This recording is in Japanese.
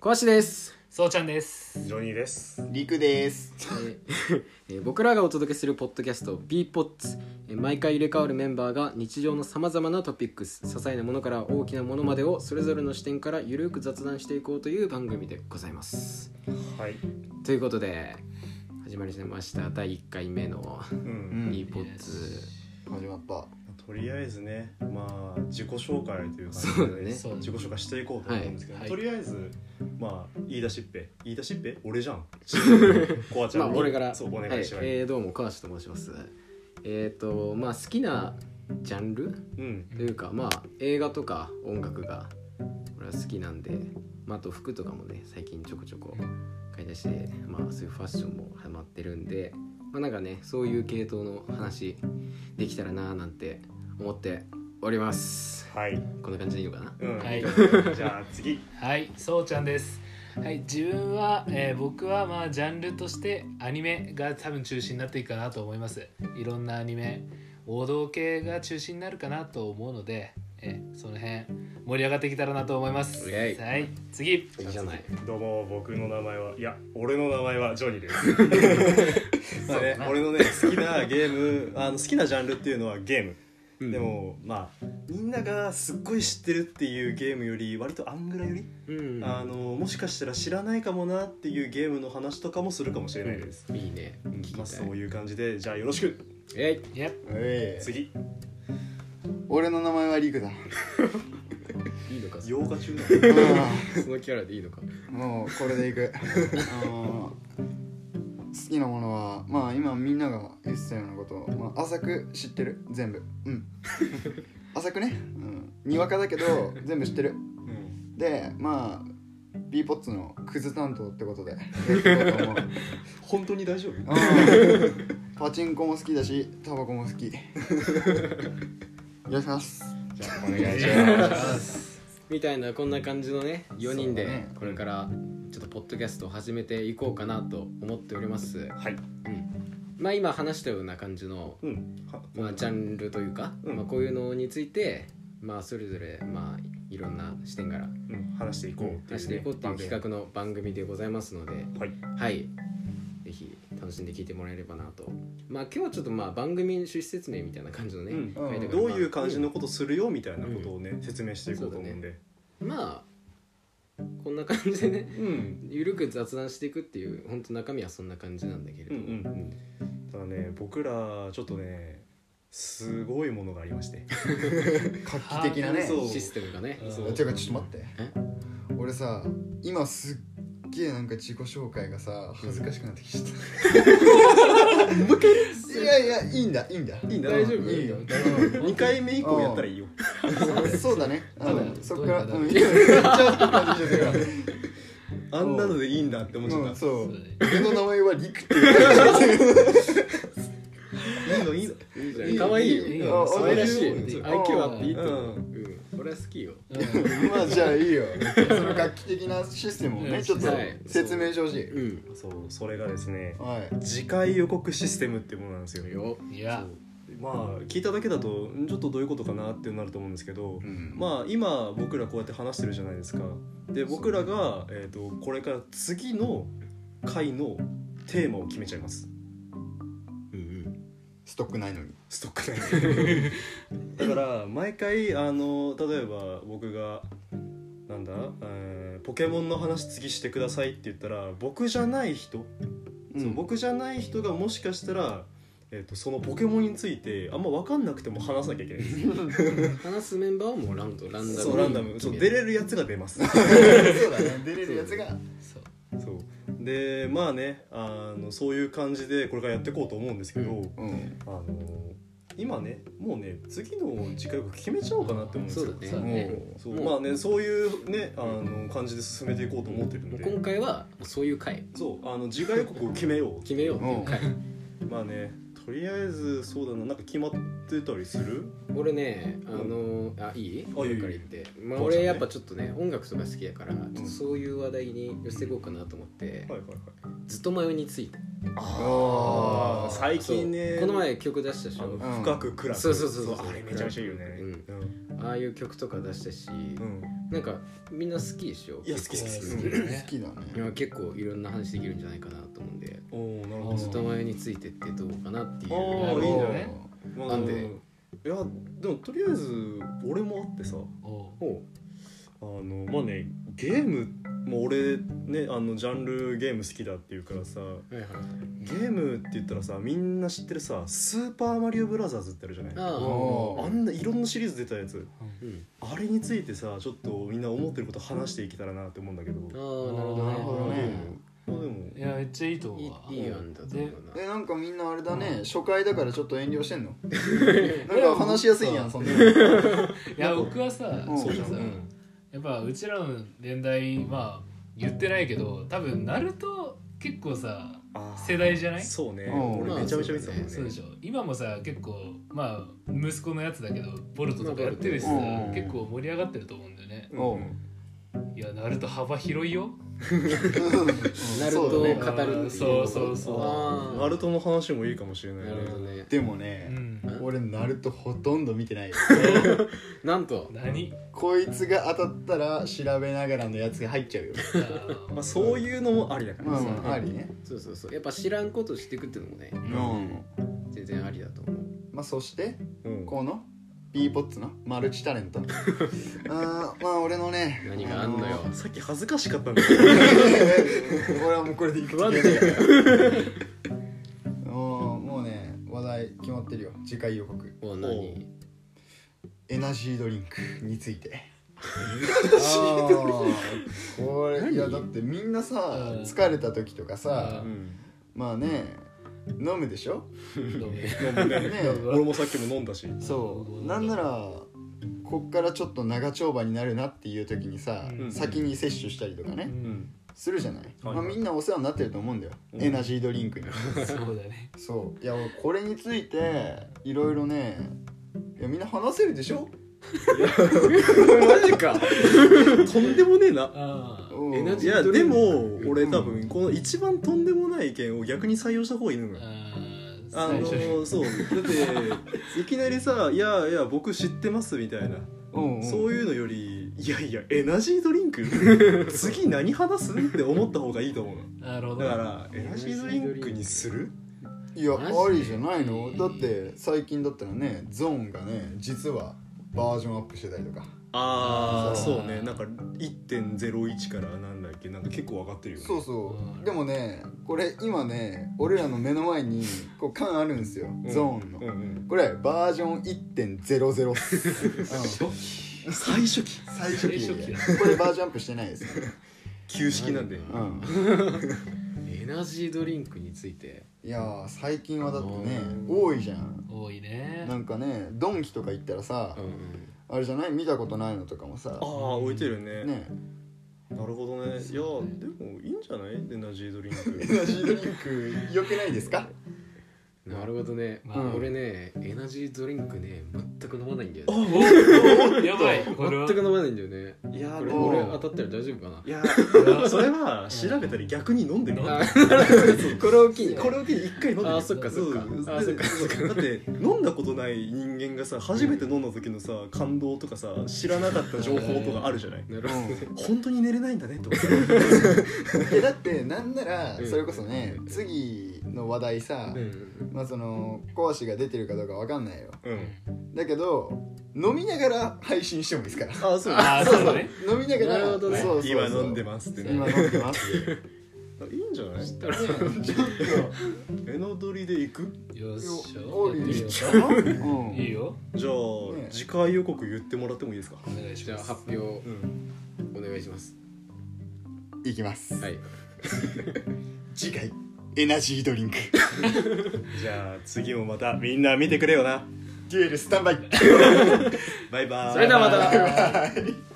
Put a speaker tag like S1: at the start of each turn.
S1: 小橋です、
S2: そうちゃんです。
S3: ジョニーです。
S4: りくです
S1: えーえー僕らがお届けするポッドキャスト b ポッツ毎回入れ替わるメンバーが日常のさまざまなトピックス些細なものから大きなものまでをそれぞれの視点からゆるく雑談していこうという番組でございます
S3: はい。
S1: ということで始まりました第1回目の
S3: う。
S4: うんん
S1: b ポッツ
S4: 始まった
S3: とりあえずね、まあ自己紹介という感
S1: そうだね
S3: じで、
S2: そう
S3: 自己紹介していこうと思うんですけど、
S2: はい
S3: とりあえずまあ言い出しっぺ、言い出しっぺ、俺じゃん。コアちゃ
S1: まあ
S3: んに、
S1: 俺から
S3: そうお願いしま
S1: は
S3: す。
S1: いえーどうも川下と申しますえっ、とまあ好きなジャンル
S3: うん。
S1: というかまあ映画とか音楽が俺は好きなんで、まあ、あと服とかもね最近ちょこちょこ買い出して、まあ、そういうファッションもハマってるんで、まあ、なんかねそういう系統の話できたらなーなんて思っております
S3: はい。
S1: こんな感じでいいのかな
S3: うん。
S2: はい
S3: じゃあ次。
S2: はい、そうちゃんです。はい、自分は、えー僕はまあジャンルとしてアニメが多分中心になっていくかなと思います。いろんなアニメ、王道系が中心になるかなと思うので、えーその辺盛り上がってきたらなと思います。
S1: イエイ
S2: はい、次。
S1: いいじゃない
S3: どうも僕の名前はいや俺の名前はジョニーで すまあね俺のね好きなゲームあの好きなジャンルっていうのはゲーム
S1: うん
S3: でもまあみんながすっごい知ってるっていうゲームより割とアングラより、
S1: うん
S3: あのもしかしたら知らないかもなっていうゲームの話とかもするかもしれないです、
S1: いいね
S3: うん
S1: 聞き
S3: まあ、
S1: た
S3: そ
S1: いう
S3: いう感じでじゃあよろしく
S1: えい
S2: いや、
S4: ええ
S3: 次
S4: 俺の名前はりくだ
S1: いいのかそ
S3: 8日中だね
S1: のキャラでいいのか
S4: もうこれでいくあの好きなものはまあ今みんなが言ってたようなことを、まあ、浅く知ってる全部うん浅くね、うん、にわかだけど全部知ってる
S3: うん
S4: でまあ b ポッツのクズ担当ってことでやっていこうと思う
S3: 本当に大丈夫
S4: うんパチンコも好きだしタバコも好 きよろしくお願いします
S3: じゃあお願いします
S1: みたいなこんな感じのね4人
S4: そう
S1: で
S4: ね
S1: これからちょっとポッドキャストを始めていこうかなと思っております、
S3: はい
S1: うん、まあ今話したような感じの、
S3: うんは
S1: まあ、ジャンルというか、
S3: うん
S1: まあ、こういうのについてまあそれぞれまあいろんな視点から
S3: うん、話していこうっていうね
S1: 出していこうっていう企画の番組でございますので
S3: はい
S1: はいぜひ楽しんで聞いてもらえればなとまあ今日はちょっとまあ番組趣旨説明みたいな感じのね、
S3: うん
S1: 書いてあるから
S3: どういう感じのことするよみたいなことをね、説明していこうと思うんで
S1: まあこんな感じでね
S3: うん
S1: ゆるく雑談していくっていう本当中身はそんな感じなんだけれ
S3: う
S1: ど
S3: んう
S1: も、
S3: んただね僕らちょっとねすごいものがありまして
S4: 画期的なね
S3: そう
S1: システムがね
S2: うん
S3: そう
S4: てかちょっと待って
S1: え
S4: 俺さ今すっげえなんか自己紹介がさ恥ずかしくなってきちゃったいやいやいいんだいいんだ
S3: いいんだ
S1: 大丈夫
S4: いいよ
S3: 2回目以降やったらいいよ
S4: そうだねあ
S2: どうや
S4: のそっから
S2: どう
S4: うん
S2: や
S4: めっちゃ恥ずかしくなってきちゃ
S3: あんなのでいいんだって思っ
S4: った
S3: ち
S4: よ
S3: ゃ
S4: う
S3: っ
S4: ん
S3: た、
S4: そう
S2: そう
S4: 俺の名前はリクっていう
S3: いいのいいの
S1: いいじゃん可愛いよ
S2: いい
S1: い
S2: よ
S4: あ
S1: 可愛らしい
S2: いいよ
S1: IQ あっていいと思う、
S3: う
S1: うん俺は好きよ
S4: まあじゃあいいよその画期的なシステムを
S2: うん
S4: ねちょっと
S1: はい
S4: 説明してほしい
S1: うん
S3: そうそれがですね
S4: はい
S3: 次回予告システムっていうものなんですよ
S1: よ
S2: いや、
S3: まあ聞いただけだとんちょっとどういうことかなってなると思うんですけど、
S4: あ
S3: まあ今僕らこうやって話してるじゃないですかで僕らが、えー、とこれから次の回のテーマを決めちゃいます
S1: うん
S4: ストックないのに
S3: ストック だから毎回あの例えば僕がなんだ、えーポケモンの話次してくださいって言ったら僕じゃない人、そう僕じゃない人がもしかしたら、えー、とそのポケモンについてあんま分かんなくても話さなきゃいけ ないんですよ
S1: うん話すメンバーはもうランドランダム
S3: そうランダムそう出れるやつが出ます
S4: そうだね出れるやつが
S2: そう
S3: そうでまあねあのそういう感じでこれからやっていこうと思うんですけど、
S4: うん
S3: あの今ねもうね次の次回を決めちゃおうかなって思うんです
S1: そうだね
S2: そうだ
S3: よ
S4: ね
S1: も
S3: そう
S1: もう
S3: まあねそういうねあの感じで進めていこうと思ってるん
S1: うもう
S3: で、
S1: 今回はそういう回
S3: そうあの次回予告を決めよ
S1: 決めようっていう回、
S3: うまあねとりあえずそうだななんか決まってたりする
S1: 俺ねあのあいい
S3: あいいよ
S1: 俺から言ってまあ
S3: どう
S1: 俺
S3: ぞね
S1: やっぱちょっとね音楽とか好きやからちょっとそういう話題に寄せていこうかなと思って、
S3: はいはいはい
S1: ずっと迷いについて
S4: あ
S3: ー
S4: ー
S3: 最近
S1: そ
S3: ね
S1: うこの前曲出したでし
S3: あの
S1: ょ
S4: うん
S3: 深く暗く
S1: そうそうそうそう
S3: あれめちゃめちゃいいよね
S1: うんああいう曲とか出したし、
S3: うん
S1: なんかみんな好きでしょ
S3: いや好き好き好
S1: う
S3: き
S1: ん
S2: 好きだね
S4: 好きだね
S1: いや結構いろんな話できるんじゃないかなと思うんで
S3: おおなる
S2: う
S3: ほ
S2: ん
S1: ずっと前についてってどうかなっていう
S3: お
S2: ー
S1: あの
S2: いいんじゃない
S3: ど、ま
S1: なんで
S3: いやでもとりあえず俺もあってさ
S2: おう
S1: ほ
S3: あのまあねゲームもう俺ねあのジャンルゲーム好きだっていうからさ
S1: うはいはい
S3: ゲームって言ったらさみんな知ってるさ「スーパーマリオブラザーズ」ってあるじゃない
S1: ああ
S4: おー
S3: あんないろんなシリーズ出たやつ
S1: うん
S3: あれについてさちょっとみんな思ってること話していけたらなって思うんだけど
S1: ああなるほどね
S2: なるほど
S4: ね
S3: まあでも
S2: いやめっちゃいいと思うわ
S1: いいいい案だと思うな
S4: えなんかみんなあれだね、初回だからちょっと遠慮してんの
S2: い
S4: な
S2: や
S4: んか話しやすいやんそんなの
S2: いや僕はさ、
S4: うん
S2: そうじゃん、
S4: うん
S2: やっぱうちらの年代まあ言ってないけど多分ナルト結構さ
S3: あー
S2: 世代じゃない
S3: そうね
S4: うん
S3: 俺めちゃめちゃ見てたもんね
S2: そうでしょ今もさ結構まあ息子のやつだけどボルトとかやってるしさ、
S4: まあボルトうん
S2: 結構盛り上がってると思うんだよね
S3: う
S4: おうん
S2: いやナルト幅広いよ
S1: ナルトを
S4: そう
S1: 語
S4: だ
S1: るってい
S4: ね
S1: う
S2: そうそうそう
S1: ああ
S3: ナルトの話もいいかもしれない
S1: なるほどね
S4: でも
S2: う
S4: ね、
S2: ん
S4: 俺ナルトほとんど見てないよ
S1: なんと
S2: 何
S4: こいつが当たったら調べながらのやつが入っちゃうよ
S2: あー
S3: まあそういうのもありだから
S4: まあ
S3: さ
S4: まあありね
S1: そうそうそうやっぱ知らんことしていくっていうのもね
S4: うん
S1: 全然ありだと思う
S4: まあそして
S3: うん
S4: この B ポッツのマルチタレントあーまあ俺のね
S1: 何があんのよ
S3: さっき恥ずかしかったんだけ ど
S4: 俺はもうこれでいく
S1: 不安定だよ
S4: もうもうね話題決まってるよ次回予告
S1: お
S3: お
S1: 何
S4: エナジードリンクについてあーこれ
S1: 何
S4: いやだってみんなさ
S2: うん
S4: 疲れた時とかさ
S3: うん
S4: まあね飲むでしょ
S2: どうも
S3: 飲むね
S4: ね
S3: 俺もさっきも飲んだし
S4: そうなんならこっからちょっと長丁場になるなっていう時にさ、
S2: うん
S4: 先に摂取したりとかね、
S2: う
S3: うんん
S4: するじゃない、
S3: はい
S4: まあ、みんなお世話になってると思うんだよ、
S3: うん
S4: エナジードリンクに
S2: そうだね
S4: そういや俺これについていろいろねいやみんな話せるでしょ
S1: マジか
S3: とんでもねえな
S2: あ
S4: うん
S1: エナ
S3: い
S1: ジー
S3: やでも俺多分この一番とんでもない意見を逆に採用した方がいいのよ
S2: ー
S3: あ
S2: あー最初に
S3: のそうだっていきなりさ「いやいや僕知ってます」みたいな、
S4: うんうん
S3: そういうのより「いやいやエナジードリンク次何話す?」って思った方がいいと思うの
S2: なるほど
S3: だからエナジードリンクにする
S4: いや
S1: マジで
S4: ありじゃないのだって最近だったらねゾーンがね実はバージョンアップしてたりとか
S3: ああ
S2: そう
S3: そうねなんか1.01からなんだっけなんか結構上がってるよね
S4: そうそうでもねこれ今ね俺らの目の前にこう缶あるんですよ、
S3: うん
S4: ゾーンの、
S3: うんうん
S4: これバージョン1.00っす、うん
S3: 最初期
S4: 最初期
S2: 最初期だ
S4: これバージョンアップしてないですね、
S3: 旧式なんで
S4: うん
S1: エナジードリンクについて
S4: いやー最近はだってね
S1: う
S4: 多いじゃん
S2: 多いね
S4: なんかねドンキとか行ったらさ、
S1: うん
S4: あれじゃない見たことないのとかもさ
S3: ああ置いてるね
S4: ね
S3: なるほどねいやでもいいんじゃないエナジードリンク
S4: エ ナジードリンク良くないですか
S1: なるほどね、
S2: まあ
S1: 俺ねエナジードリンクね全く飲まないんだよ
S2: お
S1: ね
S2: おおやばいこれは
S1: 全く飲まないんだよね
S3: いや
S1: これ
S4: お
S1: 俺当たったら大丈夫かない
S3: やそれは調べたら逆に飲んでる
S1: あなるほどこれを機に
S3: これを機に一回飲んでみる
S1: あそっかそっか
S3: うん
S1: あそっかそっか
S3: だって飲んだことない人間がさ初めて飲んだ時のさ感動とかさ知らなかった情報とかあるじゃない
S1: なるほどね
S3: 本当に寝れないんだねとか
S4: えだってなんなら
S1: うん
S4: それこそね次の話題さ、
S1: うん
S4: まあその小足が出てるかどうかわかんないよ
S3: うん
S4: だけど飲みながら配信してもいいですから
S3: あそう
S2: ああそうだね
S4: 飲みなが
S1: な
S4: ら
S1: るほどね
S4: そうそうそう
S3: 今飲んでますってね
S4: 今飲んでます
S3: いいんじゃない
S1: したら
S3: エナドリで行く
S2: よっしゃ
S4: おいいんじゃ
S2: やっ
S4: ないうん
S2: てみよういいよ
S3: じゃ
S4: ね
S3: あ次回予告言ってもらってもいいですか
S2: お願いし
S1: じゃ
S2: ま
S1: あ
S2: す
S1: 発表お
S3: うん
S1: 願いします
S4: いきます
S1: はい
S4: 次回エナジードリンク
S3: じゃあ次もまたみんな見てくれよな
S4: デュエルスタンバイ
S3: バイバーイ
S1: それではまた
S4: バイ